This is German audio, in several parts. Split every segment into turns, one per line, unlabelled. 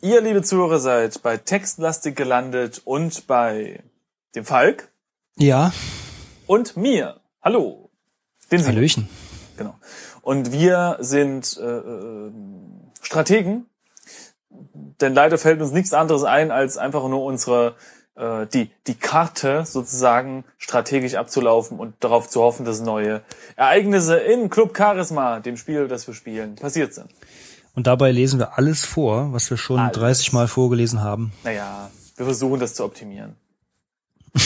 Ihr, liebe Zuhörer, seid bei Textlastik gelandet und bei dem Falk
Ja,
und mir. Hallo. Den Simon.
Hallöchen.
Genau. Und wir sind äh, äh, Strategen, denn leider fällt uns nichts anderes ein, als einfach nur unsere äh, die die Karte sozusagen strategisch abzulaufen und darauf zu hoffen, dass neue Ereignisse in Club Charisma, dem Spiel, das wir spielen, passiert sind.
Und dabei lesen wir alles vor, was wir schon
Alles.
30 Mal vorgelesen haben.
Naja, wir versuchen das zu optimieren.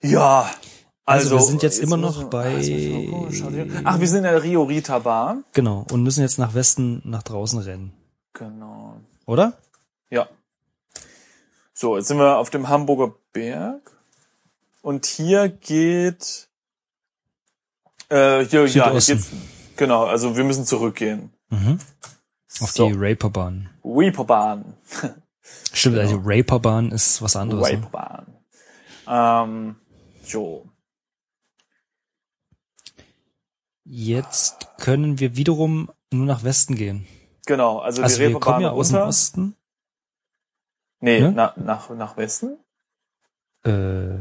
ja.
Also, wir sind jetzt immer
muss
noch
man-
bei-
Ah, jetzt muss ich mal gucken, schaut hier. Ach, wir sind in der Rio Rita Bar.
Genau. Und müssen jetzt nach Westen, nach draußen rennen.
Genau.
Oder?
Ja. So, jetzt sind wir auf dem Hamburger Berg. Und hier geht. Äh, hier, ja, jetzt
Südosten.
geht's. Genau, also wir müssen zurückgehen.
Mhm. Auf
so.
die Raperbahn.
Reeperbahn.
Stimmt,
Genau.
also Raperbahn ist was anderes. Ne?
Reeperbahn. Ähm, so.
Jetzt können wir wiederum nur nach Westen gehen.
Genau, also,
Also
die
wir
Reeperbahn
kommen ja aus dem
runter.
Osten.
Nee,
Ne?
na, nach, nach Westen?
Äh,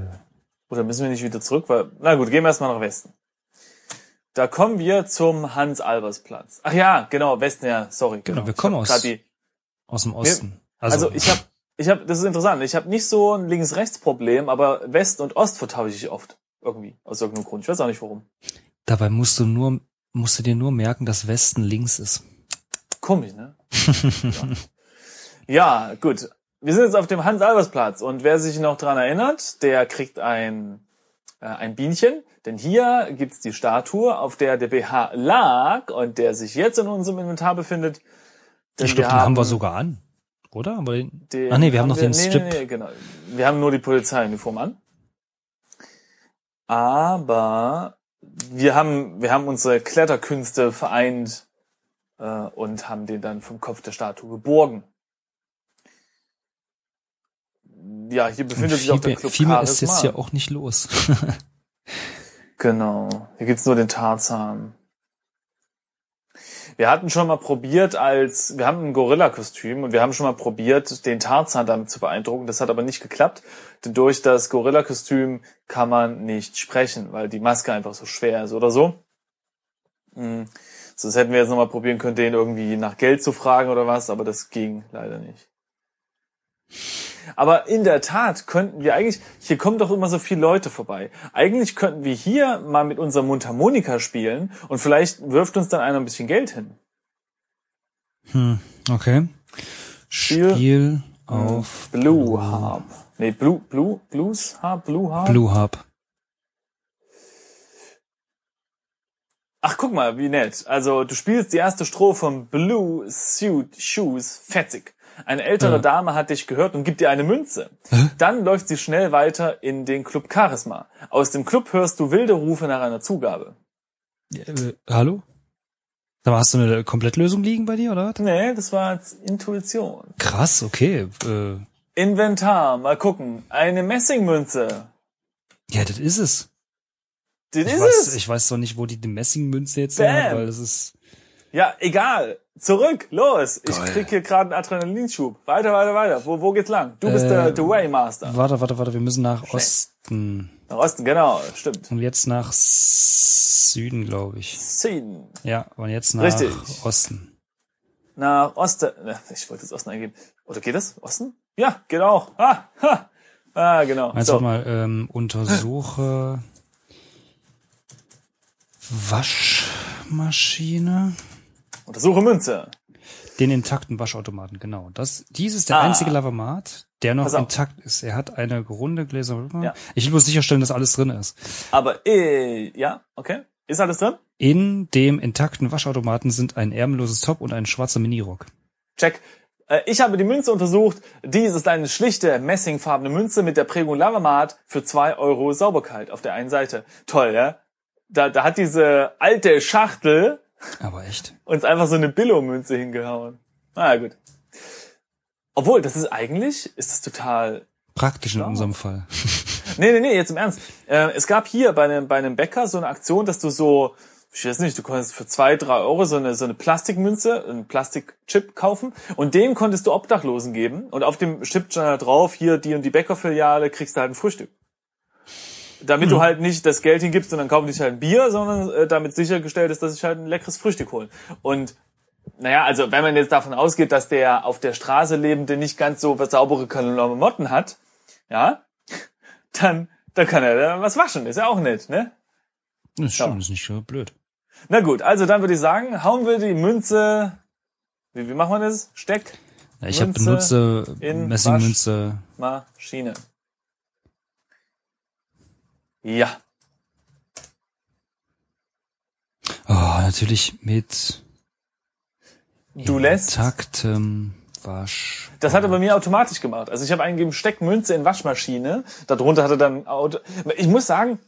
Oder müssen wir nicht wieder zurück? Weil, na gut, gehen wir erstmal nach Westen. Da kommen wir zum Hans-Albers-Platz. Ach ja, genau, Westen, ja, sorry.
Genau, wir kommen
Ich hab
aus-
grad Die,
aus dem Osten.
also, ich habe, ich hab, das ist interessant, ich habe nicht so ein Links-Rechts-Problem, aber West und Ost vertausche ich oft. Irgendwie, aus irgendeinem Grund. Ich weiß auch nicht warum.
dabei musst du nur, musst du dir nur merken, dass Westen links ist.
Komisch, ne? ja. ja, gut. Wir sind jetzt auf dem Hans-Albers-Platz und wer sich noch dran erinnert, der kriegt ein, äh, ein Bienchen. Denn hier gibt's die Statue, auf der der BH lag und der sich jetzt in unserem Inventar befindet. Denn
ich glaube, den haben wir sogar an. Oder? Aber den, ah nee, wir haben noch den
nee,
Strip.
Nee, nee, genau. Wir haben nur die Polizeiuniform an. Aber wir haben, wir haben unsere Kletterkünste vereint äh, und haben den dann vom Kopf der Statue geborgen. Ja, hier befindet sich auch der
Fiebe,
Club
Fiebe ist jetzt
Charisma.
ja auch nicht los.
Genau. Hier gibt's nur den Tarzan. Wir hatten schon mal probiert, als wir haben ein Gorilla-Kostüm und wir haben schon mal probiert, den Tarzan damit zu beeindrucken. Das hat aber nicht geklappt, denn durch das Gorilla-Kostüm kann man nicht sprechen, weil die Maske einfach so schwer ist oder so. Hm. Sonst hätten wir jetzt nochmal probieren können, den irgendwie nach Geld zu fragen oder was, aber das ging leider nicht. Aber in der Tat könnten wir eigentlich, hier kommen doch immer so viele Leute vorbei. Eigentlich könnten wir hier mal mit unserem Mundharmonika spielen und vielleicht wirft uns dann einer ein bisschen Geld hin.
Hm, okay.
Spiel-
Spiel, auf
Blue Harp. Nee, Blue, Blue, Blues Harp, Blue Harp.
Blue Harp.
Ach, guck mal, wie nett. Also, du spielst die erste Strophe von Blue Suit Shoes fetzig. Eine ältere
Ja.
Dame hat dich gehört und gibt dir eine Münze. Dann läuft sie schnell weiter in den Club Charisma. Aus dem Club hörst du wilde Rufe nach einer Zugabe.
Ja, äh, hallo? Sag mal, hast du eine Komplettlösung liegen bei dir, oder was?
Nee, das war jetzt Intuition.
Krass, okay. Äh,
Inventar, mal gucken. Eine Messingmünze.
ja, das ist es.
Das
ich,
ist
weiß,
es.
ich weiß doch nicht, wo die die Messingmünze jetzt
Bam.
her hat, weil das ist.
Ja, egal. Zurück, los. Ich
Geil.
krieg hier gerade einen Adrenalinschub. Weiter, weiter, weiter. Wo, wo geht's lang? Du bist der,
Ähm,
der Waymaster.
Warte, warte, warte, wir müssen nach Osten.
Nach Osten, genau, stimmt.
Und jetzt nach Süden, glaube ich.
Süden.
Ja, und jetzt nach
Richtig.
Osten.
Nach Osten. Na, Ich wollte jetzt Osten eingeben. Oder geht das? Osten? Ja, geht auch. Ah, ha. ah genau.
Jetzt
So.
so. mal, ähm, untersuche Waschmaschine.
Untersuche Münze.
Den intakten Waschautomaten, genau. Das, dies ist der
Ah.
einzige Lavamat, der noch
Pass auf.
intakt ist. Er hat eine runde Gläser.
Ja.
Ich will bloß sicherstellen, dass alles drin ist.
Aber eh, ja, okay. Ist alles drin?
In dem intakten Waschautomaten sind ein ärmelloses Top und ein schwarzer Minirock.
Check. Äh, Ich habe die Münze untersucht. Dies ist eine schlichte, messingfarbene Münze mit der Prägung Lavamat für 2 Euro Sauberkeit auf der einen Seite. Toll, ja? Da, da hat diese alte Schachtel
Aber echt.
uns einfach so eine Billo-Münze hingehauen. Na ja, gut. Obwohl, das ist eigentlich, ist es total
Praktisch in
Schlau.
unserem Fall.
Nee, nee, nee, jetzt im Ernst. Äh, es gab hier bei einem, bei einem Bäcker so eine Aktion, dass du so, ich weiß nicht, du konntest für zwei, drei Euro so eine, so eine Plastikmünze, einen Plastikchip kaufen und den konntest du Obdachlosen geben und auf dem Chip stand da drauf, hier die und die Bäckerfiliale, kriegst du halt ein Frühstück. Damit du halt nicht das Geld hingibst und dann kaufen dich halt ein Bier, sondern äh, damit sichergestellt ist, dass sich halt ein leckeres Frühstück holen. Und naja, also wenn man jetzt davon ausgeht, dass der auf der Straße lebende nicht ganz so saubere Klamotten hat, ja, dann, dann kann er da was waschen, ist ja auch nett, ne?
Das
Ja.
stimmt, ist nicht so blöd.
Na gut, also dann würde ich sagen, hauen wir die Münze. Wie, wie macht man das?
Ja, ich habe
Münze
benutze
in
Messingmünze.
Steckmaschine. Ja.
Oh, natürlich mit
Du lässt.
taktem Wasch.
Das hat er bei mir automatisch gemacht. Also ich habe eingegeben, Steckmünze in Waschmaschine. Darunter hatte dann Auto. Ich muss sagen,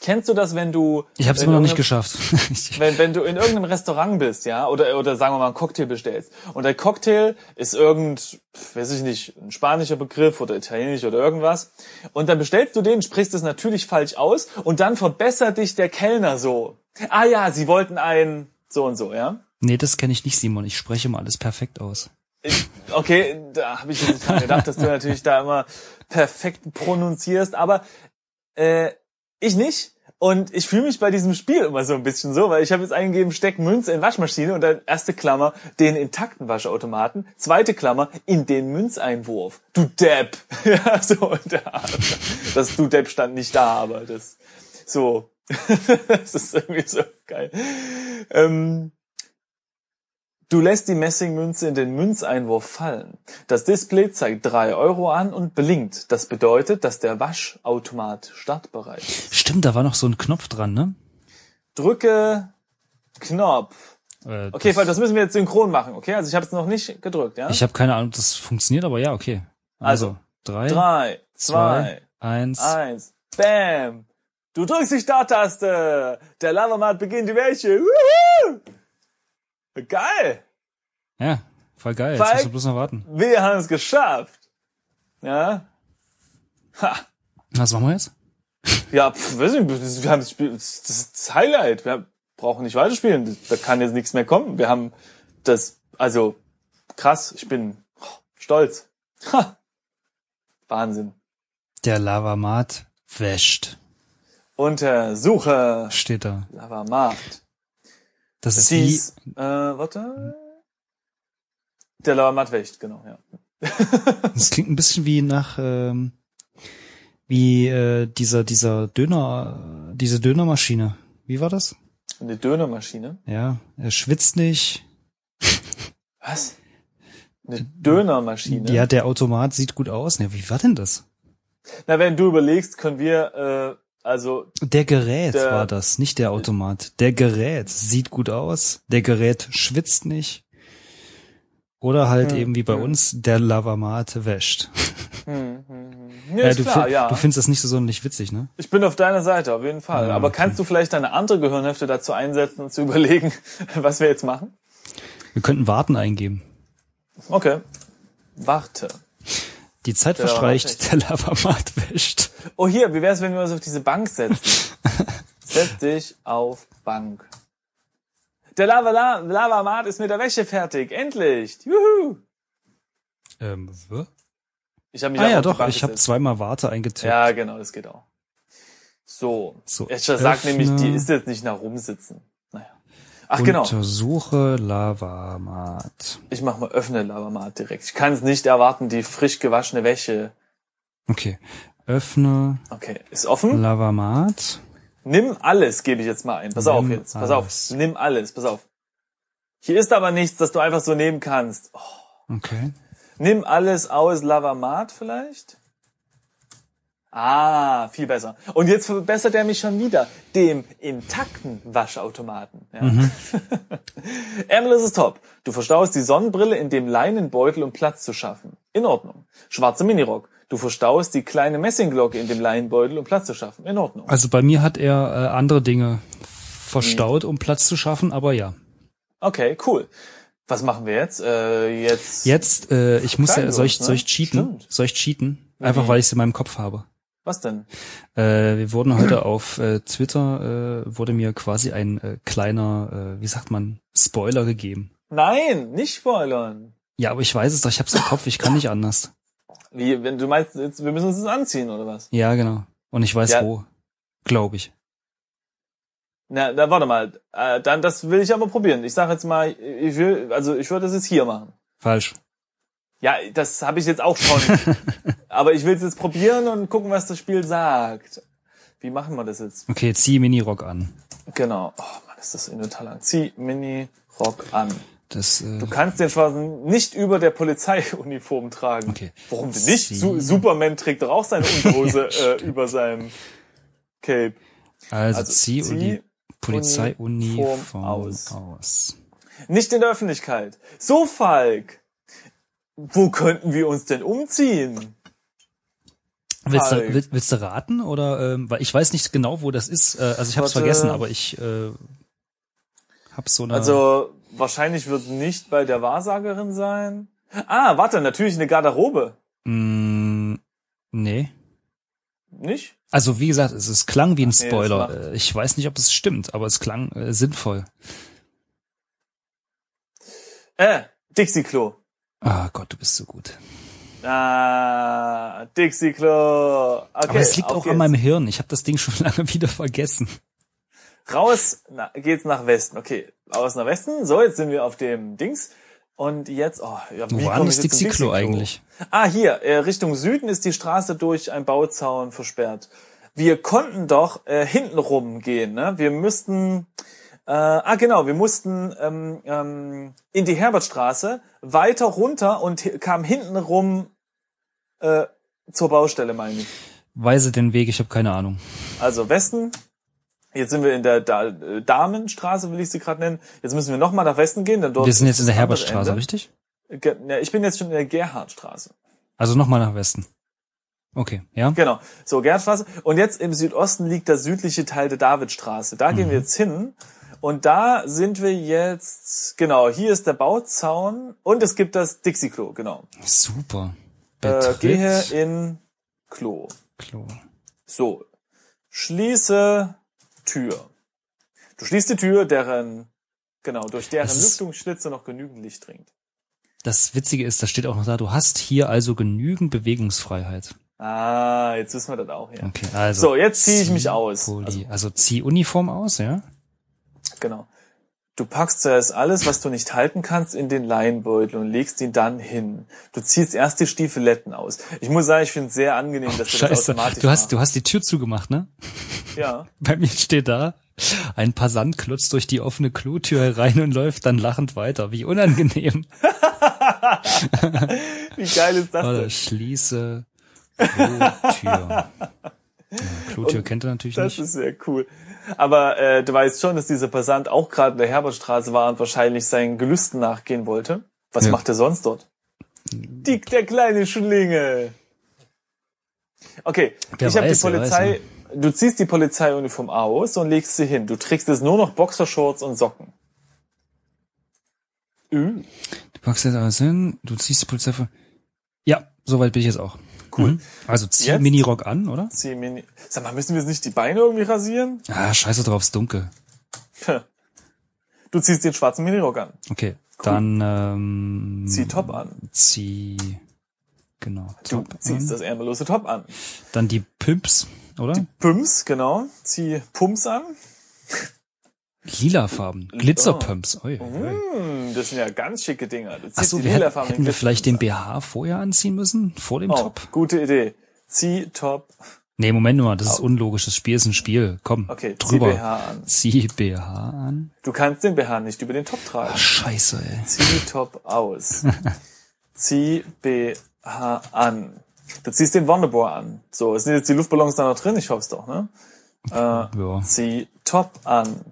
kennst du das, wenn du.
Ich habe es
wenn
immer
irgendeine-
noch nicht geschafft. Ich-
wenn, wenn du in irgendeinem Restaurant bist, ja, oder, oder sagen wir mal einen Cocktail bestellst und der Cocktail ist irgend, pf, weiß ich nicht, ein spanischer Begriff oder italienisch oder irgendwas und dann bestellst du den, sprichst es natürlich falsch aus und dann verbessert dich der Kellner so. Ah ja, sie wollten einen so und so, ja.
nee, das kenne ich nicht, Simon. Ich spreche immer alles perfekt aus.
Ich- Okay, da habe ich jetzt nicht dran gedacht, dass du natürlich da immer perfekt pronunzierst, aber äh, ich nicht. Und ich fühle mich bei diesem Spiel immer so ein bisschen so, weil ich habe jetzt eingegeben, steck Münze in Waschmaschine und dann erste Klammer den intakten Waschautomaten, zweite Klammer in den Münzeinwurf. Du Depp! ja, so, und da, das Du Depp stand nicht da, aber das so. das ist irgendwie so geil. Ähm, Du lässt die Messingmünze in den Münzeinwurf fallen. Das Display zeigt 3 Euro an und blinkt. Das bedeutet, dass der Waschautomat startbereit ist.
Stimmt, da war noch so ein Knopf dran, ne?
Drücke Knopf.
Äh,
Okay, weil
das,
das müssen wir jetzt synchron machen, okay? Also ich habe es noch nicht gedrückt, ja?
ich habe keine Ahnung, ob das funktioniert, aber ja, okay. Also, drei,
3, 2,
eins.
1, bam! Du drückst die Starttaste! Der Lavamat beginnt die Wäsche! Wuhu! Geil!
Ja, voll geil.
Voll-
Jetzt musst du bloß noch warten.
Wir haben es geschafft! Ja? Ha!
Was machen wir jetzt?
Ja, pf, weiß nicht, das- wir haben das Spiel, das das ist das Highlight. Wir brauchen nicht weiterspielen. Das- Da kann jetzt nichts mehr kommen. Wir haben das, also krass, ich bin stolz. Ha. Wahnsinn.
Der Lavamat wäscht,
Untersuche
steht da.
Lavamat.
Das ist
Dies, äh, warte. Der Lavamat wächt, genau, ja.
wie, das klingt ein bisschen wie nach, ähm, wie äh, dieser, dieser Döner, diese Dönermaschine. Wie war das?
Eine Dönermaschine.
Ja, er schwitzt nicht.
Was? Eine Dönermaschine?
Ja, der Automat sieht gut aus. Ja, wie war denn das?
Na, wenn du überlegst, können wir, äh, also
Der Gerät
Der-
war das, nicht der Automat. Der Gerät sieht gut aus. Der Gerät schwitzt nicht. Oder halt
Hm,
eben wie bei
hm.
uns, der Lavamat wäscht.
hm, hm, hm. Ja,
Ja,
ist
du,
klar,
fi-
ja.
du findest das nicht so sonderlich witzig, ne?
Ich bin auf deiner Seite, auf jeden Fall.
Ah,
Aber
okay.
kannst du vielleicht deine andere Gehirnhälfte dazu einsetzen, zu überlegen, was wir jetzt machen?
Wir könnten Warten eingeben.
Okay. Warte.
Die Zeit
Der
verstreicht, der Lavamat wäscht.
Oh, hier, wie wär's, wenn wir uns auf diese Bank setzen? Setz dich auf Bank. Der Lava La- Lavamat ist mit der Wäsche fertig. Endlich. Juhu.
Ähm, w-
Ich habe mich
ah
auch
ja,
auf die
doch,
Bank
ich habe
gesetzt.
zweimal Warte eingetippt.
Ja, genau, das geht auch. So.
So,
Jetzt sagt
öffne-
nämlich, die ist jetzt nicht nach rumsitzen. Naja. Ach,
äh,
genau.
Untersuche Lavamat.
Ich mach mal öffne Lavamat direkt. Ich kann es nicht erwarten, die frisch gewaschene Wäsche.
Okay. Öffne
Okay, ist
Hm.
offen.
Lavamat.
Nimm alles, gebe ich jetzt mal ein. Pass
Nimm
auf jetzt. Pass
alles.
auf. Nimm alles. Pass auf. Hier ist aber nichts, das du einfach so nehmen kannst. Oh,
Okay.
nimm alles aus Lavamat vielleicht? Ah, viel besser. Und jetzt verbessert er mich schon wieder. Dem intakten Waschautomaten. Ja. Ärmelless ist top. Du verstaust die Sonnenbrille in dem Leinenbeutel, um Platz zu schaffen. In Ordnung. Schwarze Minirock. Du verstaust die kleine Messingglocke in dem Leinenbeutel, um Platz zu schaffen. In Ordnung.
Also bei mir hat er äh, andere Dinge
Hm.
verstaut, um Platz zu schaffen, aber ja.
Okay, cool. Was machen wir jetzt? Äh, jetzt?
Jetzt, äh, ich muss
Klein
ja, soll ich,
bloß, ne?
soll ich cheaten?
Stimmt.
Soll ich cheaten? Einfach weil ich es in meinem Kopf habe.
Was denn?
Äh, wir wurden heute auf äh, Twitter, äh, wurde mir quasi ein äh, kleiner, äh, wie sagt man, Spoiler gegeben.
Nein, nicht spoilern.
Ja, aber ich weiß es doch, ich hab's im Kopf, ich kann nicht anders.
Wie, wenn du meinst, jetzt, wir müssen uns das anziehen, oder was?
Ja, genau. Und ich weiß
Ja.
wo. Glaube ich.
Na, da warte mal. Äh, dann, das will ich aber probieren. Ich sage jetzt mal, ich will, also ich würde das jetzt hier machen.
Falsch.
Ja, das habe ich jetzt auch schon. aber ich will es jetzt probieren und gucken, was das Spiel sagt. Wie machen wir das jetzt?
Okay, zieh Minirock an. Genau.
Oh Mann, ist das in total lang. Zieh Mini Rock an.
Das, äh,
Du kannst den Schwarzen nicht über der Polizeiuniform tragen.
Okay.
Warum denn nicht?
Zieh-
Su Superman trägt doch auch seine Unterhose äh, über seinem Cape.
also,
Also
zieh,
zieh
Uni Polizeiuniform
Uniform aus.
aus.
Nicht in der Öffentlichkeit. So, Falk. Wo könnten wir uns denn umziehen?
Willst, du,
Falk.
willst, willst du raten? Oder ähm, weil ich weiß nicht genau, wo das ist. Äh, also ich hab's
Warte.
vergessen, aber ich äh, hab's so eine.
Also, wahrscheinlich wird nicht bei der Wahrsagerin sein. Ah, warte, natürlich eine Garderobe.
mh, mm, nee.
Nicht?
Also wie gesagt, es, es klang wie ein
Ach nee, das
Spoiler.
macht-
Äh, ich weiß nicht, ob es stimmt, aber es klang äh, sinnvoll.
Äh, Dixie-Klo.
Ah Gott, du bist so gut.
Ah, Dixie-Klo. Okay,
aber es liegt
auf
auch
geht's.
an meinem Hirn. Ich habe das Ding schon lange wieder vergessen.
Raus na, geht's nach Westen. Okay, raus nach Westen. So, jetzt sind wir auf dem Dings. Und jetzt, oh, ja,
Wo
wie
war
komm
denn
ich
das
jetzt zum
Dixie-Klo eigentlich?
Ah, hier, äh, Richtung Süden ist die Straße durch einen Bauzaun versperrt. Wir konnten doch äh, hintenrum gehen, ne? Wir müssten, äh, ah genau, wir mussten ähm, ähm, in die Herbertstraße weiter runter und hi- kamen hintenrum äh, zur Baustelle, meine ich.
Weise den Weg, ich habe keine Ahnung.
Also Westen. Jetzt sind wir in der da äh, Damenstraße, will ich sie gerade nennen. Jetzt müssen wir nochmal nach Westen gehen, denn dort.
Wir sind jetzt in der Herbertstraße,
Herbertstraße.
richtig?
Ja, ich bin jetzt schon in der Gerhardstraße.
Also nochmal nach Westen. Okay, ja.
Genau. So, Gerhardstraße. Und jetzt im Südosten liegt der südliche Teil der Davidstraße. Da gehen wir jetzt hin. Und da sind wir jetzt, genau, hier ist der Bauzaun und es gibt das Dixie-Klo, genau.
Super.
Äh,
Betritt.
gehe in Klo.
Klo.
So. Schließe Tür. Du schließt die Tür, deren, genau, durch deren
Das ist-
Lüftungsschlitze noch genügend Licht dringt.
Das Witzige ist, da steht auch noch da, du hast hier also genügend Bewegungsfreiheit.
Ah, jetzt wissen wir das auch, ja.
Okay, also.
So, jetzt zieh ich mich aus.
Poli.
Also-
Also, zieh Uniform aus, ja?
Genau. Du packst zuerst alles, was du nicht halten kannst, in den Leinbeutel und legst ihn dann hin. Du ziehst erst die Stiefeletten aus. Ich muss sagen, ich finde es sehr angenehm, dass du das
Scheiße.
automatisch
Du hast,
machst.
du hast die Tür zugemacht, ne?
Ja.
Bei mir steht da, ein Passant klotzt durch die offene Klotür herein und läuft dann lachend weiter. Wie unangenehm.
Wie geil ist das
Oder
denn?
schließe Klotür. Ja, Klotür kennt er natürlich
Das
nicht.
ist sehr cool. Aber äh, du weißt schon, dass dieser Passant auch gerade in der Herbertstraße war und wahrscheinlich seinen Gelüsten nachgehen wollte. Was
Ja. Hm.
macht er sonst dort? Dick, der kleine Schlingel. Okay,
Wer
ich habe die
weiß, wer
Polizei.
weiß,
Du ziehst die Polizeiuniform aus und legst sie hin. Du trägst es nur noch Boxershorts und Socken. Ü,
Du packst jetzt alles hin, du ziehst die Polizei vor. Ja, soweit bin ich jetzt auch.
Cool.
Mhm. Also zieh
Jetzt?
Minirock an, oder?
zieh mir nie- Sag mal, müssen wir jetzt nicht die Beine irgendwie rasieren?
Ah, scheiße drauf, ist dunkel.
Du ziehst den schwarzen Minirock an.
Okay, dann ähm,
Zieh Top an.
zieh genau
Du
Top
ziehst
an.
das ärmellose Top an.
Dann die Pimps, oder?
Pumps, genau. Zieh Pumps an.
Lila Farben,
Oh.
Glitzerpumps. Ui, ui.
Hm, das sind ja ganz schicke Dinger. Du ziehst
Ach so,
die
wir hätten,
lilafarbenen
hätten wir vielleicht den
Glitzerpumps
BH vorher anziehen müssen, vor dem
an.
Top.
Oh, gute Idee. Zieh Top.
Nee, Moment mal, das ist unlogisch. Das Spiel ist ein Spiel. Komm,
Okay,
drüber.
zieh BH an.
Zieh BH an.
Du kannst den BH nicht über den Top tragen.
Ach, scheiße, ey.
Zieh Top aus. zieh BH an. Du ziehst den Wonderboy an. So, sind jetzt die Luftballons da noch drin? Ich hoff's doch, ne? Äh,
Ja.
Zieh Top an.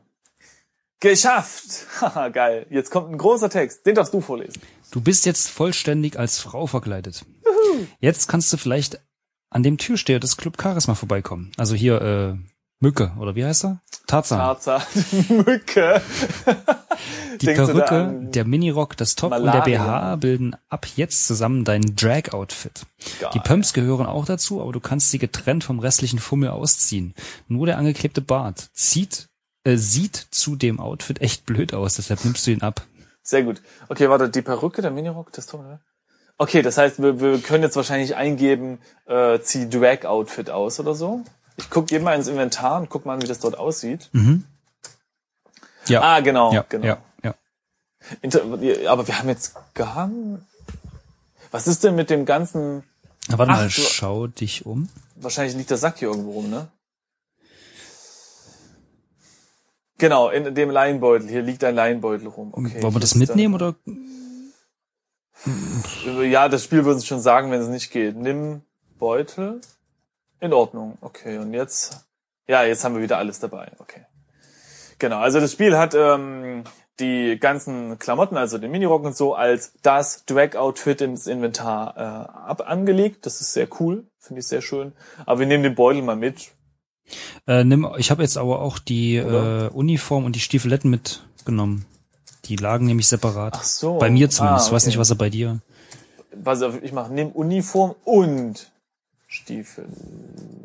Geschafft! Haha, geil. Jetzt kommt ein großer Text. Den darfst du vorlesen.
Du bist jetzt vollständig als Frau verkleidet. Jetzt kannst du vielleicht an dem Türsteher des Club Charisma vorbeikommen. Also hier, äh, Mücke, oder wie heißt er? Tarzan.
Tarzan, Mücke.
Die
Denkst du da
Perücke,
an
der Minirock, das Top und der
Malaria?
BH bilden ab jetzt zusammen dein Drag-Outfit.
Geil.
Die Pumps gehören auch dazu, aber du kannst sie getrennt vom restlichen Fummel ausziehen. Nur der angeklebte Bart zieht, äh, sieht zu dem Outfit echt blöd aus, deshalb nimmst du ihn ab.
Sehr gut. Okay, warte, die Perücke, der Minirock, das Top, oder? Okay, das heißt, wir, wir können jetzt wahrscheinlich eingeben, äh, zieh Drag-Outfit aus oder so. Ich guck eben mal ins Inventar und guck mal, an, wie das dort aussieht.
Mhm. Ja.
Ah, genau,
ja,
genau.
ja, ja.
Inter aber wir haben jetzt gar... Was ist denn mit dem ganzen...
Na, warte
Ach,
mal,
du-
schau dich um.
Wahrscheinlich liegt der Sack hier irgendwo rum, ne? Genau, in dem Leinbeutel. Hier liegt ein Leinbeutel rum. Okay,
Wollen wir
hier
das
ist dann-
mitnehmen oder?
Ja, das Spiel würde uns schon sagen, wenn es nicht geht. Nimm Beutel. In Ordnung. Okay, und jetzt. Ja, jetzt haben wir wieder alles dabei. Okay. Genau, also das Spiel hat ähm, die ganzen Klamotten, also den Minirock und so, als das Drag-Outfit ins Inventar äh, ab angelegt. Das ist sehr cool, finde ich sehr schön. Aber wir nehmen den Beutel mal mit.
Äh, nimm, ich habe jetzt aber auch die
Oder?
äh, Uniform und die Stiefeletten mitgenommen. Die lagen nämlich separat.
Ach so. Ah,
Bei mir zumindest. Ich
Oh.
weiß
okay.
nicht, was er bei dir.
Pass auf, ich mache, nimm Uniform und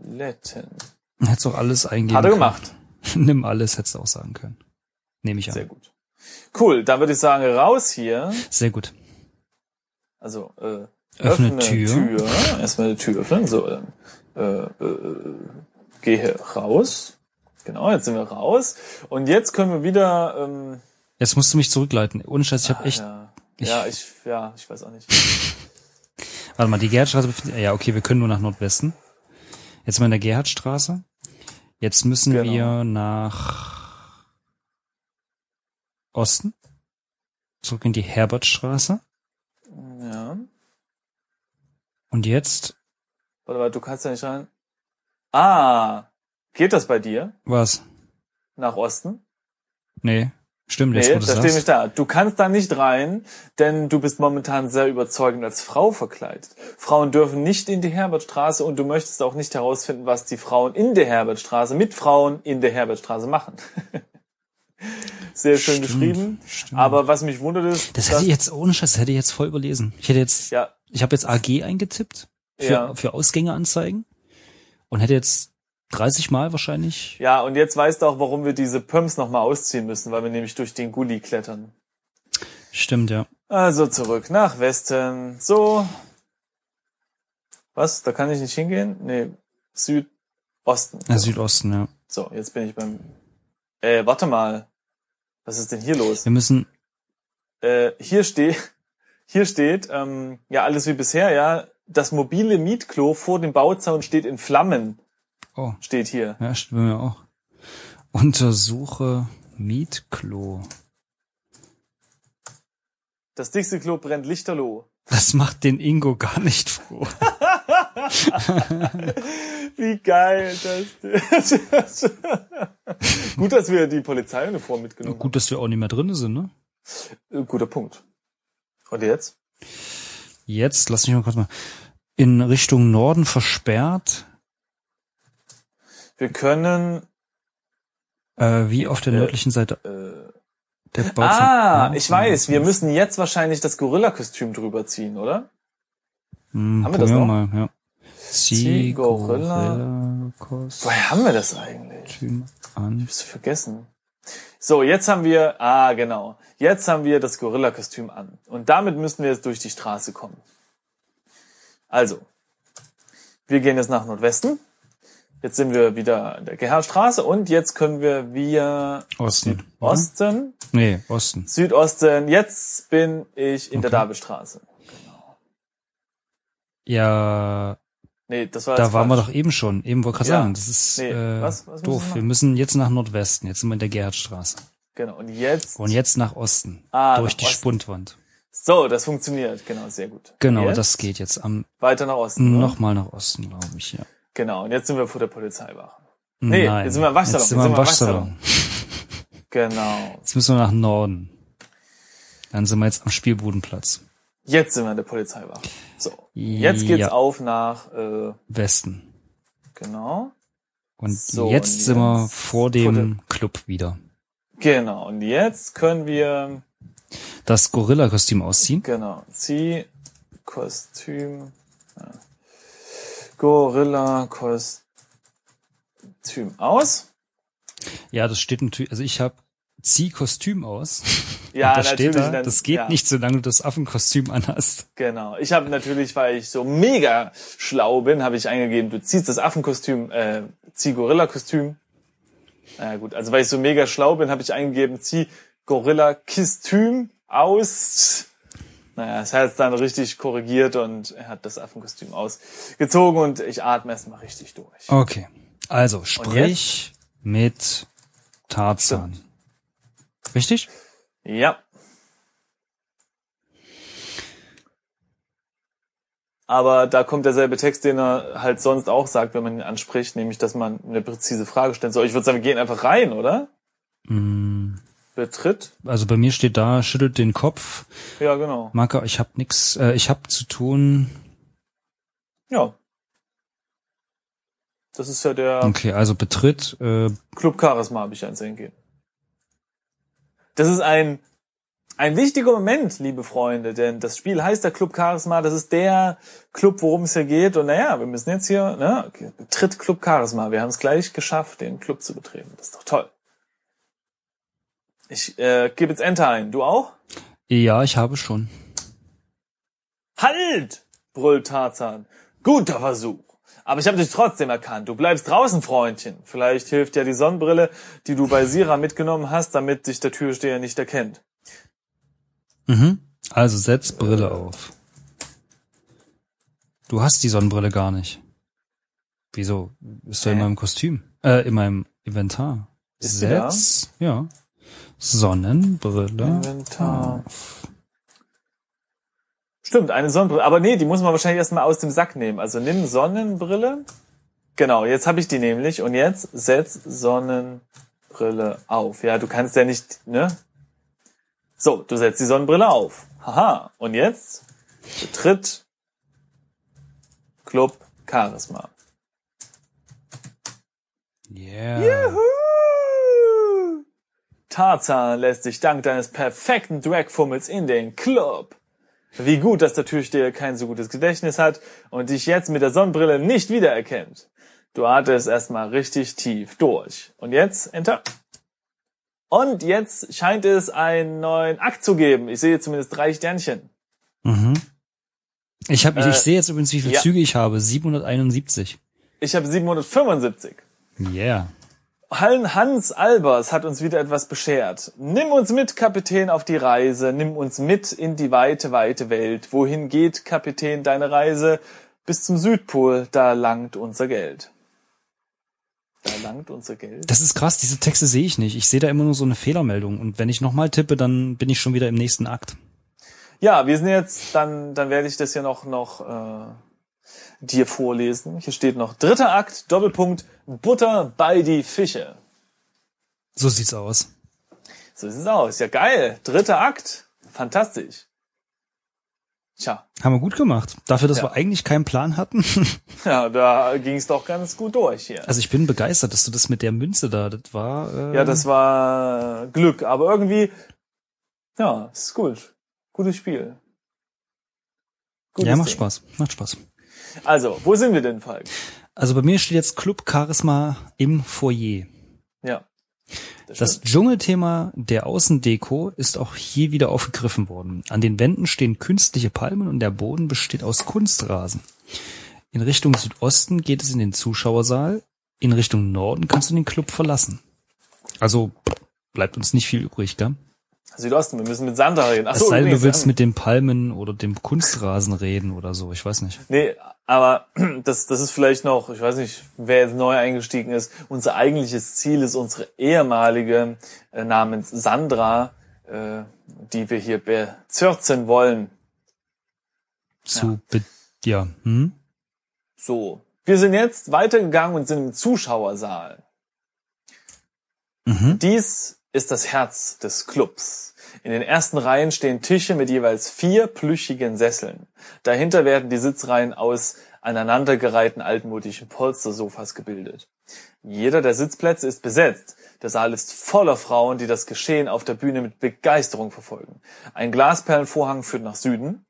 Stiefeletten.
Hättest auch alles eingeben
Hat er
können.
gemacht.
Nimm alles, hättest du auch sagen können. Nehme ich an.
Sehr gut. Cool, dann würde ich sagen, raus hier.
Sehr gut.
Also, äh,
Öffne Tür.
Erstmal die Tür öffnen. So, dann, äh, äh, gehe raus. Genau, jetzt sind wir raus. Und jetzt können wir wieder. Ähm,
Jetzt musst du mich zurückleiten. Ohne Scheiß, ich habe echt.
Ja,
ich-
Ah, ja, ich, ja, ich weiß auch nicht.
Warte mal, die Gerhardstraße befindet. Ja, okay, wir können nur nach Nordwesten. Jetzt sind wir in der Gerhardstraße. Jetzt müssen
Genau.
wir nach Osten. Zurück in die Herbertstraße.
Ja.
Und jetzt
Warte mal, du kannst ja nicht rein. Ah, geht das bei dir?
was?
Nach Osten?
Nee, stimmt, jetzt
Nee,
wo du
das steht nicht
sagst.
da. Du kannst da nicht rein, denn du bist momentan sehr überzeugend als Frau verkleidet. Frauen dürfen nicht in die Herbertstraße und du möchtest auch nicht herausfinden, was die Frauen in der Herbertstraße mit Frauen in der Herbertstraße machen. sehr schön
Stimmt,
geschrieben.
stimmt.
Aber was mich wundert ist,
Das
dass-
hätte ich jetzt, ohne Scheiß, das hätte ich jetzt voll überlesen. Ich hätte jetzt,
ja,
ich habe jetzt AG eingetippt für,
Ja.
für Ausgänge anzeigen und hätte jetzt 30 Mal wahrscheinlich.
ja, und jetzt weißt du auch, warum wir diese Pumps nochmal ausziehen müssen, weil wir nämlich durch den Gully klettern.
Stimmt, ja.
Also zurück nach Westen. So. Was? Da kann ich nicht hingehen? Nee. Südosten.
ja Südosten, ja.
So, jetzt bin ich beim. Äh, warte mal. Was ist denn hier los?
Wir müssen,
Äh, hier steht, hier steht, ähm, ja, alles wie bisher, ja. Das mobile Mietklo vor dem Bauzaun steht in Flammen,
oh,
steht hier.
ja, stimmt ja auch. Untersuche Mietklo.
Das dickste Klo brennt lichterloh.
Das macht den Ingo gar nicht froh.
Wie geil das ist. Gut, dass wir die Polizeiuniform mitgenommen
Gut, dass wir auch nicht mehr drinne sind, ne?
haben. Äh, Guter Punkt. Und jetzt?
Jetzt, lass mich mal kurz mal. In Richtung Norden versperrt.
Wir können.
Äh, wie auf der
Äh,
nördlichen Seite
Äh,
der Bauzaun.
ah,
Ja,
ich weiß, wir müssen jetzt wahrscheinlich das Gorilla-Kostüm drüber ziehen, oder?
Hm,
Haben
haben
wir
wir
das noch?
mal, ja.
Zieh, Gorilla.
Gorilla Kostüm
Woher haben wir das eigentlich?
an.
Bist du vergessen? So, jetzt haben wir, ah, genau. Jetzt haben wir das Gorilla-Kostüm an. Und damit müssen wir jetzt durch die Straße kommen. Also. Wir gehen jetzt nach Nordwesten. Jetzt sind wir wieder in der Gerhardstraße und jetzt können wir via
Osten.
Osten,
Nee, Osten.
Südosten. Jetzt bin ich in der
Okay.
Dabelstraße.
Ja,
Nee, das war
da
jetzt
waren wir
falsch.
doch eben schon. Eben wollte ich gerade
Ja.
sagen, das ist
Nee,
äh,
was- was müssen wir
doof.
machen?
wir müssen jetzt nach Nordwesten. Jetzt sind wir in der Gerhardstraße.
Genau. Und jetzt,
Und jetzt nach Osten.
Ah,
durch
nach
die
Osten.
Spundwand.
So, das funktioniert. Genau, sehr gut.
Genau,
Jetzt
das geht jetzt. Am,
Weiter nach Osten. oder?
nochmal nach Osten, glaube ich, ja.
Genau, und jetzt sind wir vor der Polizeiwache. Nee,
Nein.
jetzt sind wir im Waschsalon.
Jetzt sind wir im Waschsalon.
Genau.
Jetzt müssen wir nach Norden. Dann sind wir jetzt am Spielbudenplatz.
Jetzt sind wir in der Polizeiwache. So. Jetzt geht's
Ja.
auf nach, äh,
Westen.
genau.
Und
So,
jetzt
und
sind wir
jetzt
vor dem Club wieder.
Genau, und jetzt können wir,
Das Gorilla-Kostüm ausziehen.
genau, zieh, Kostüm, ja. Gorilla, Kostüm aus.
Ja, das steht natürlich, also ich habe zieh Kostüm aus.
Ja,
Und da steht da,
dann-
das geht
ja.
nicht, solange du das Affenkostüm anhast.
Genau. Ich habe natürlich, weil ich so mega schlau bin, habe ich eingegeben, du ziehst das Affenkostüm, äh, zieh Gorilla-Kostüm. Na gut, also weil ich so mega schlau bin, habe ich eingegeben, zieh Gorilla-Kostüm aus. Naja, es hat es dann richtig korrigiert und er hat das Affenkostüm ausgezogen und ich atme erstmal richtig durch.
Okay. Also, sprich mit Tarzan. Richtig?
Ja. Aber da kommt derselbe Text, den er halt sonst auch sagt, wenn man ihn anspricht, nämlich, dass man eine präzise Frage stellen soll. Ich würde sagen, wir gehen einfach rein, oder?
Mm,
Betritt?
Also bei mir steht da, schüttelt den Kopf.
Ja, genau.
Marker, ich hab nix, äh, ich hab zu tun.
Ja. Das ist ja der
Okay, also betritt, äh,
Club Charisma, habe ich eins hingehen. Das ist ein, ein wichtiger Moment, liebe Freunde, denn das Spiel heißt der Club Charisma, das ist der Club, worum es hier geht. Und naja, wir müssen jetzt hier, ne, okay, betritt Club Charisma. Wir haben es gleich geschafft, den Club zu betreten. Das ist doch toll. Ich äh, gebe jetzt Enter ein. Du auch?
ja, ich habe schon.
Halt! brüllt Tarzan. Guter Versuch. Aber ich habe dich trotzdem erkannt. Du bleibst draußen, Freundchen. Vielleicht hilft ja die Sonnenbrille, die du bei Sira mitgenommen hast, damit dich der Türsteher nicht erkennt.
Mhm. Also setz Brille auf. Du hast die Sonnenbrille gar nicht. Wieso? Ist doch in
Hä?
meinem Kostüm. Äh, in meinem Inventar.
Ist die da?
setz. Ja. Sonnenbrille.
ne? Inventar. Ah. Stimmt, eine Sonnenbrille. Aber nee, die muss man wahrscheinlich erstmal aus dem Sack nehmen. Also nimm Sonnenbrille. Genau, jetzt habe ich die nämlich. Und jetzt setz Sonnenbrille auf. Ja, du kannst ja nicht, ne? So, du setzt die Sonnenbrille auf. Haha. Und jetzt betritt Club Charisma.
Yeah.
Juhu! Tarzan lässt sich dank deines perfekten Dragfummels in den Club. Wie gut, dass der Türsteher kein so gutes Gedächtnis hat und dich jetzt mit der Sonnenbrille nicht wiedererkennt. Du atmest erstmal richtig tief durch. Und jetzt Enter. Und jetzt scheint es einen neuen Akt zu geben. Ich sehe zumindest drei Sternchen.
Mhm. Ich habe, ich,
Äh,
ich sehe jetzt übrigens, wie viele
ja.
Züge ich habe. 771.
Ich habe 775.
Yeah.
Hallen Hans Albers hat uns wieder etwas beschert. Nimm uns mit, Kapitän, auf die Reise. Nimm uns mit in die weite, weite Welt. Wohin geht, Kapitän, deine Reise? Bis zum Südpol, da langt unser Geld. Da langt unser Geld.
Das ist krass, diese Texte sehe ich nicht. Ich sehe da immer nur so eine Fehlermeldung. Und wenn ich nochmal tippe, dann bin ich schon wieder im nächsten Akt.
Ja, wir sind jetzt, dann, dann werde ich das hier noch, noch äh, dir vorlesen. Hier steht noch dritter Akt, Doppelpunkt, Butter bei die Fische.
So sieht's aus.
So sieht's aus. Ja, geil. Dritter Akt. Fantastisch. Tja.
Haben wir gut gemacht. Dafür, dass
Ja.
wir eigentlich keinen Plan hatten.
Ja, da ging's doch ganz gut durch hier.
Also ich bin begeistert, dass du das mit der Münze da, das war. Äh,
Ja, das war Glück, aber irgendwie, ja, ist gut. Gutes Spiel. Gutes
ja macht
Ding.
Spaß, macht Spaß.
Also, wo sind wir denn, Falk?
Also bei mir steht jetzt Club Charisma im Foyer.
Ja.
Das Dschungelthema der Außendeko ist auch hier wieder aufgegriffen worden. An den Wänden stehen künstliche Palmen und der Boden besteht aus Kunstrasen. In Richtung Südosten geht es in den Zuschauersaal. In Richtung Norden kannst du den Club verlassen. Also bleibt uns nicht viel übrig, gell?
Südosten, wir müssen mit Sandra reden. Ach
Es
so,
sei denn, du
übrigens,
willst
ähm,
mit den Palmen oder dem Kunstrasen reden oder so, ich weiß nicht.
Nee, aber das, das ist vielleicht noch, ich weiß nicht, wer jetzt neu eingestiegen ist. Unser eigentliches Ziel ist unsere ehemalige äh, namens Sandra, äh, die wir hier bezirzen wollen.
Zu ja. ja. Hm?
So. Wir sind jetzt weitergegangen und sind im Zuschauersaal.
Mhm.
Dies ist das Herz des Clubs. In den ersten Reihen stehen Tische mit jeweils vier plüschigen Sesseln. Dahinter werden die Sitzreihen aus aneinandergereihten altmodischen Polstersofas gebildet. Jeder der Sitzplätze ist besetzt. Der Saal ist voller Frauen, die das Geschehen auf der Bühne mit Begeisterung verfolgen. Ein Glasperlenvorhang führt nach Süden.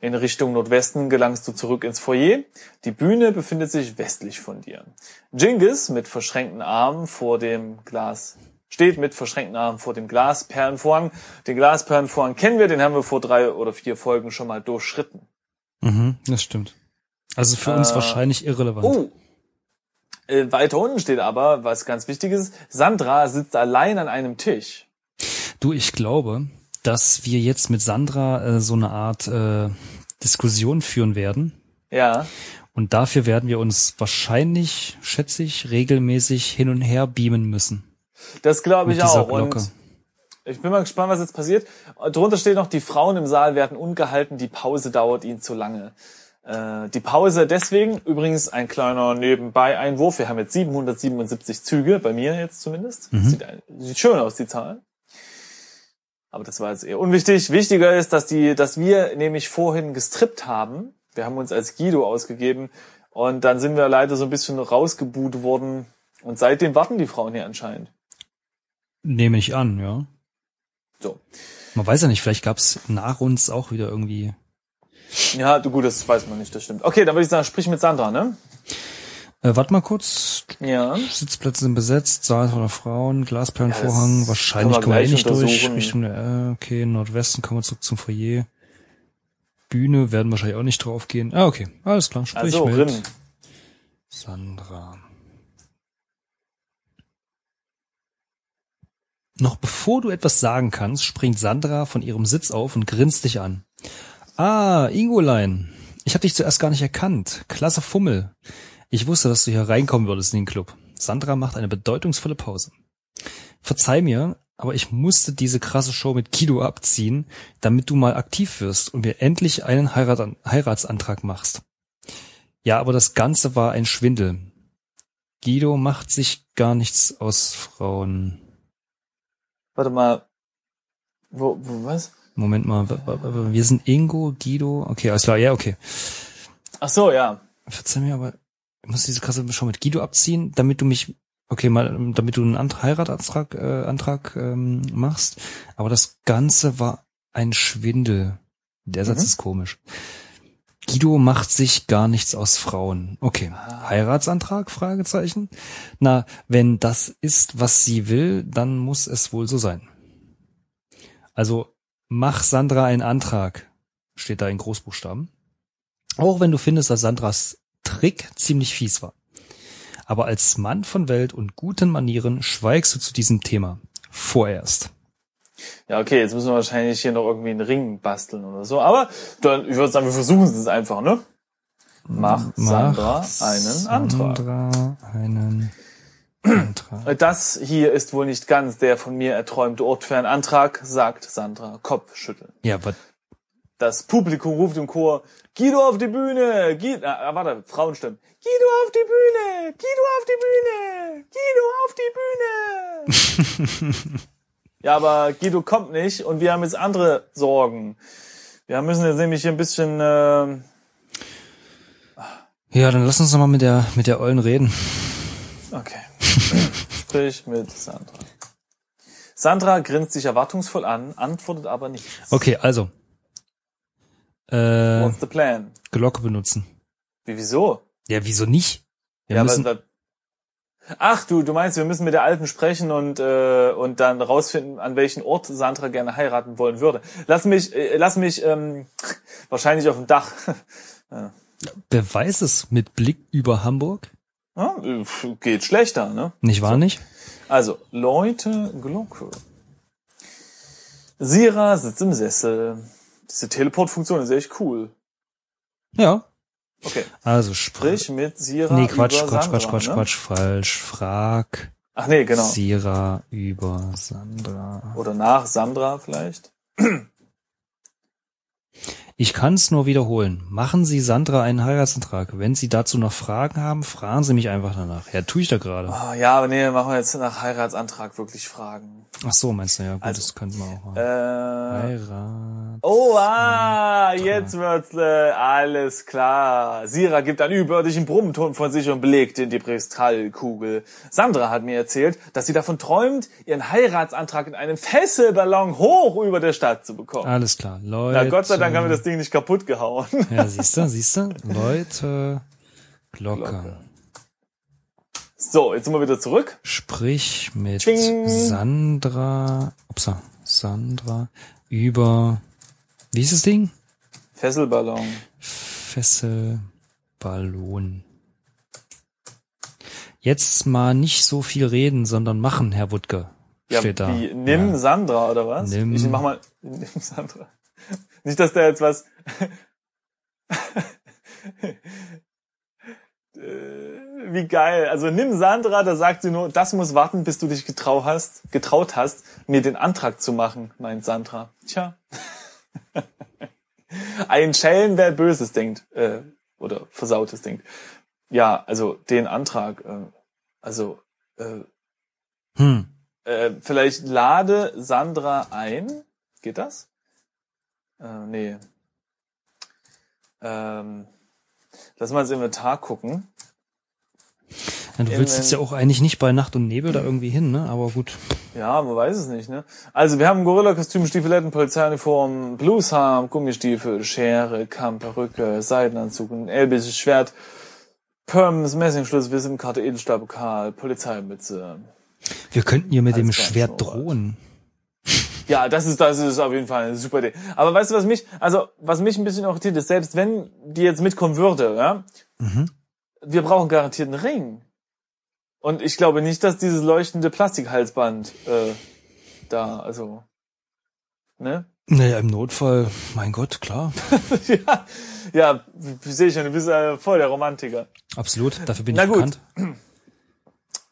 In Richtung Nordwesten gelangst du zurück ins Foyer. Die Bühne befindet sich westlich von dir. Genghis mit verschränkten Armen vor dem Glas steht mit verschränkten Armen vor dem Glasperlenvorhang. Den Glasperlenvorhang kennen wir, den haben wir vor drei oder vier Folgen schon mal durchschritten.
Mhm, das stimmt. Also für uns
Äh,
wahrscheinlich irrelevant.
Oh. Äh, weiter unten steht aber, was ganz wichtig ist, Sandra sitzt allein an einem Tisch.
Du, ich glaube, dass wir jetzt mit Sandra äh, so eine Art äh, Diskussion führen werden.
Ja.
Und dafür werden wir uns wahrscheinlich, schätze ich, regelmäßig hin und her beamen müssen.
Das glaube
Mit
ich
dieser
auch.
Glocke.
Und ich bin mal gespannt, was jetzt passiert. Drunter steht noch, die Frauen im Saal werden ungehalten, die Pause dauert ihnen zu lange. Äh, Die Pause deswegen, übrigens ein kleiner Nebenbei-Einwurf. Wir haben jetzt 777 Züge, bei mir jetzt zumindest. Sieht, ein, sieht schön aus, die Zahl. Aber das war jetzt eher unwichtig. Wichtiger ist, dass die, dass wir nämlich vorhin gestrippt haben. Wir haben uns als Guido ausgegeben und dann sind wir leider so ein bisschen rausgebuht worden. Und seitdem warten die Frauen hier anscheinend.
Nehme ich an, ja.
So.
Man weiß ja nicht, vielleicht gab's nach uns auch wieder irgendwie.
Ja, du, gut, das weiß man nicht, das stimmt. Okay, dann würde ich sagen, sprich mit Sandra, ne?
Äh, warte mal kurz.
Ja.
Sitzplätze sind besetzt, Saal voller Frauen,
Ja,
Glasperlenvorhang,
das
wahrscheinlich
können
kommen
wir
wir eh
gleich
nicht durch.
untersuchen.
Richtung der, äh, okay, Nordwesten kommen wir zurück zum Foyer. Bühne werden wahrscheinlich auch nicht drauf gehen. Ah, okay, alles klar, sprich
Also,
mit
Rin.
Sandra. Noch bevor du etwas sagen kannst, springt Sandra von ihrem Sitz auf und grinst dich an. Ah, Ingolein. Ich hatte dich zuerst gar nicht erkannt. Klasse Fummel. Ich wusste, dass du hier reinkommen würdest in den Club. Sandra macht eine bedeutungsvolle Pause. Verzeih mir, aber ich musste diese krasse Show mit Kido abziehen, damit du mal aktiv wirst und wir endlich einen Heirat Heiratsantrag machst. Ja, aber das Ganze war ein Schwindel. Guido macht sich gar nichts aus Frauen.
Warte mal. Wo, wo, was?
Moment mal, w- w- w- wir sind Ingo, Guido, okay, alles klar, ja, okay.
Ach so, ja.
Verzeih mir, aber ich muss diese Kasse schon mit Guido abziehen, damit du mich, okay, mal, damit du einen Ant Heiratsantrag äh, Antrag, ähm, machst. Aber das Ganze war ein Schwindel. Der Satz
Mhm.
ist komisch. Guido macht sich gar nichts aus Frauen. Okay.
Ah.
Heiratsantrag? Fragezeichen. Na, wenn das ist, was sie will, dann muss es wohl so sein. Also, mach Sandra einen Antrag. Steht da in Großbuchstaben. Auch wenn du findest, dass Sandras Trick ziemlich fies war. Aber als Mann von Welt und guten Manieren schweigst du zu diesem Thema. Vorerst.
Ja, okay, jetzt müssen wir wahrscheinlich hier noch irgendwie einen Ring basteln oder so. Aber dann, ich würde sagen, wir versuchen es einfach, ne? Mach, Sandra einen Antrag.
Sandra einen Antrag.
Das hier ist wohl nicht ganz der von mir erträumte Ort für einen Antrag, sagt Sandra Kopfschütteln.
Ja, aber
Das Publikum ruft im Chor, Guido auf die Bühne, Guido, ah, warte, Frauenstimmen. Guido auf die Bühne, Guido auf die Bühne, Guido auf die Bühne. ja, aber Guido kommt nicht und wir haben jetzt andere Sorgen. Wir müssen jetzt nämlich hier ein bisschen, äh,
ja, dann lass uns noch mal mit der mit der Ollen reden.
okay. Sprich mit Sandra. Sandra grinst sich erwartungsvoll an, antwortet aber nicht.
Okay, also äh,
What's the plan?
Glocke benutzen.
Wie, wieso?
Ja, wieso nicht? Wir
ja,
müssen,
aber, ach du, du meinst, wir müssen mit der Alten sprechen und äh, und dann rausfinden, an welchen Ort Sandra gerne heiraten wollen würde. Lass mich, äh, lass mich ähm, wahrscheinlich auf dem Dach.
wer weiß es mit Blick über Hamburg?
Ja, äh, geht schlechter, ne?
Nicht wahr nicht?
Also Leute Glocke. Sira sitzt im Sessel. Diese Teleportfunktion ist echt cool.
Ja.
Okay,
Also sprich.
sprich mit Sira
Nee, Quatsch,
über
Quatsch,
Sandra,
Quatsch, Quatsch,
ne?
Quatsch, falsch. Frag
Ach nee, genau.
Sira über Sandra.
Oder nach Sandra vielleicht.
Ich kann es nur wiederholen. Machen Sie Sandra einen Heiratsantrag. Wenn Sie dazu noch Fragen haben, fragen Sie mich einfach danach. Ja, tue ich da gerade.
Oh, ja, aber nee, machen wir jetzt nach Heiratsantrag wirklich Fragen.
Ach so, meinst du? Ja, gut, das könnten wir auch machen.
Also, Äh,
Heirat.
oh, ah, jetzt wird's äh, alles klar. Sira gibt einen überirdischen Brummton von sich und belegt in die Kristallkugel. Sandra hat mir erzählt, dass sie davon träumt, ihren Heiratsantrag in einem Fesselballon hoch über der Stadt zu bekommen.
Alles klar, Leute.
Na, Gott sei Dank haben wir das Ding nicht kaputt gehauen.
Ja, siehst du, siehst du? Leute, Glocke.
So, jetzt sind wir wieder zurück.
Sprich mit
Tsching.
Sandra, upsa, Sandra über, wie ist das Ding?
Fesselballon.
Fesselballon. Jetzt mal nicht so viel reden, sondern machen, Herr Wuttke.
Ja,
steht da.
Wie, nimm
ja.
Sandra, oder was?
Nimm-
Ich mach mal, nimm Sandra. Nicht, dass der jetzt was, Äh, wie geil. Also nimm Sandra, da sagt sie nur, das muss warten, bis du dich getrau hast, getraut hast, mir den Antrag zu machen, meint Sandra. Tja. Ein Schellen, wer Böses denkt, äh, oder Versautes denkt. Ja, also den Antrag, äh, also, äh,
Hm.
äh, vielleicht lade Sandra ein. Geht das? Äh, nee. Ähm, lass mal ins Inventar gucken.
Ja, du willst jetzt ja auch eigentlich nicht bei Nacht und Nebel da irgendwie hin, ne? Aber gut.
Ja, man weiß es nicht, ne? Also wir haben Gorilla-Kostüm, Stiefeletten, Polizeiuniform, Bluesharm, Gummistiefel, Schere, Kamm, Perücke, Seidenanzug, ein elbisches Schwert, Perms, Messingschluss, Wissenkarte, Edelstahlpokal, Polizeimütze.
Wir könnten hier mit
Alles
dem
klar,
Schwert
so, Alter.
drohen.
Ja, das ist, das ist auf jeden Fall eine super Idee. Aber weißt du, was mich, also, was mich ein bisschen irritiert ist, selbst wenn die jetzt mitkommen würde, ja,
Mhm.
wir brauchen garantiert einen Ring. Und ich glaube nicht, dass dieses leuchtende Plastikhalsband, äh, da, also, ne?
Naja, im Notfall, mein Gott, klar.
ja, ja, sehe ich schon, du bist äh, voll der Romantiker.
Absolut, dafür bin
Na
ich
gut.
bekannt.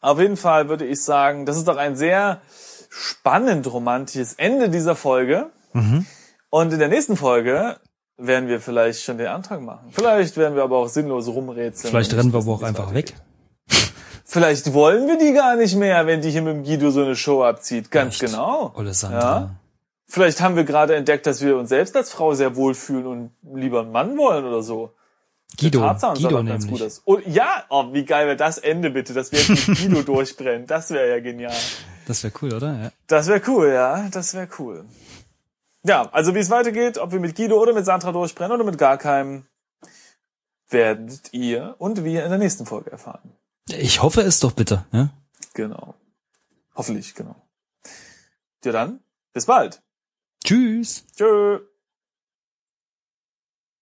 Auf jeden Fall würde ich sagen, das ist doch ein sehr spannend romantisches Ende dieser Folge.
Mhm.
Und in der nächsten Folge werden wir vielleicht schon den Antrag machen. Vielleicht werden wir aber auch sinnlos rumrätseln.
Vielleicht
und
rennen wir
nicht
aber auch
wissen, wie es
einfach
weitergeht.
weg.
Vielleicht wollen wir die gar nicht mehr, wenn die hier mit dem Guido so eine Show abzieht. Ganz
Echt?
genau.
Olle Sandra.
Ja. Vielleicht haben wir gerade entdeckt, dass wir uns selbst als Frau sehr wohlfühlen und lieber einen Mann wollen oder so.
Guido,
Tarzan soll
Guido
auch ganz gut
nämlich.
ist. Und ja, oh, wie geil wäre das Ende bitte, dass wir jetzt mit Guido durchbrennen. Das wäre ja genial.
Das wäre cool, oder? Ja.
Das wäre cool, ja. Das wäre cool. Ja, also wie es weitergeht, ob wir mit Guido oder mit Sandra durchbrennen oder mit gar keinem, werdet ihr und wir in der nächsten Folge erfahren.
Ich hoffe es doch bitte. Ja?
Genau. Hoffentlich, genau. Ja dann, bis bald.
Tschüss.
Tschö.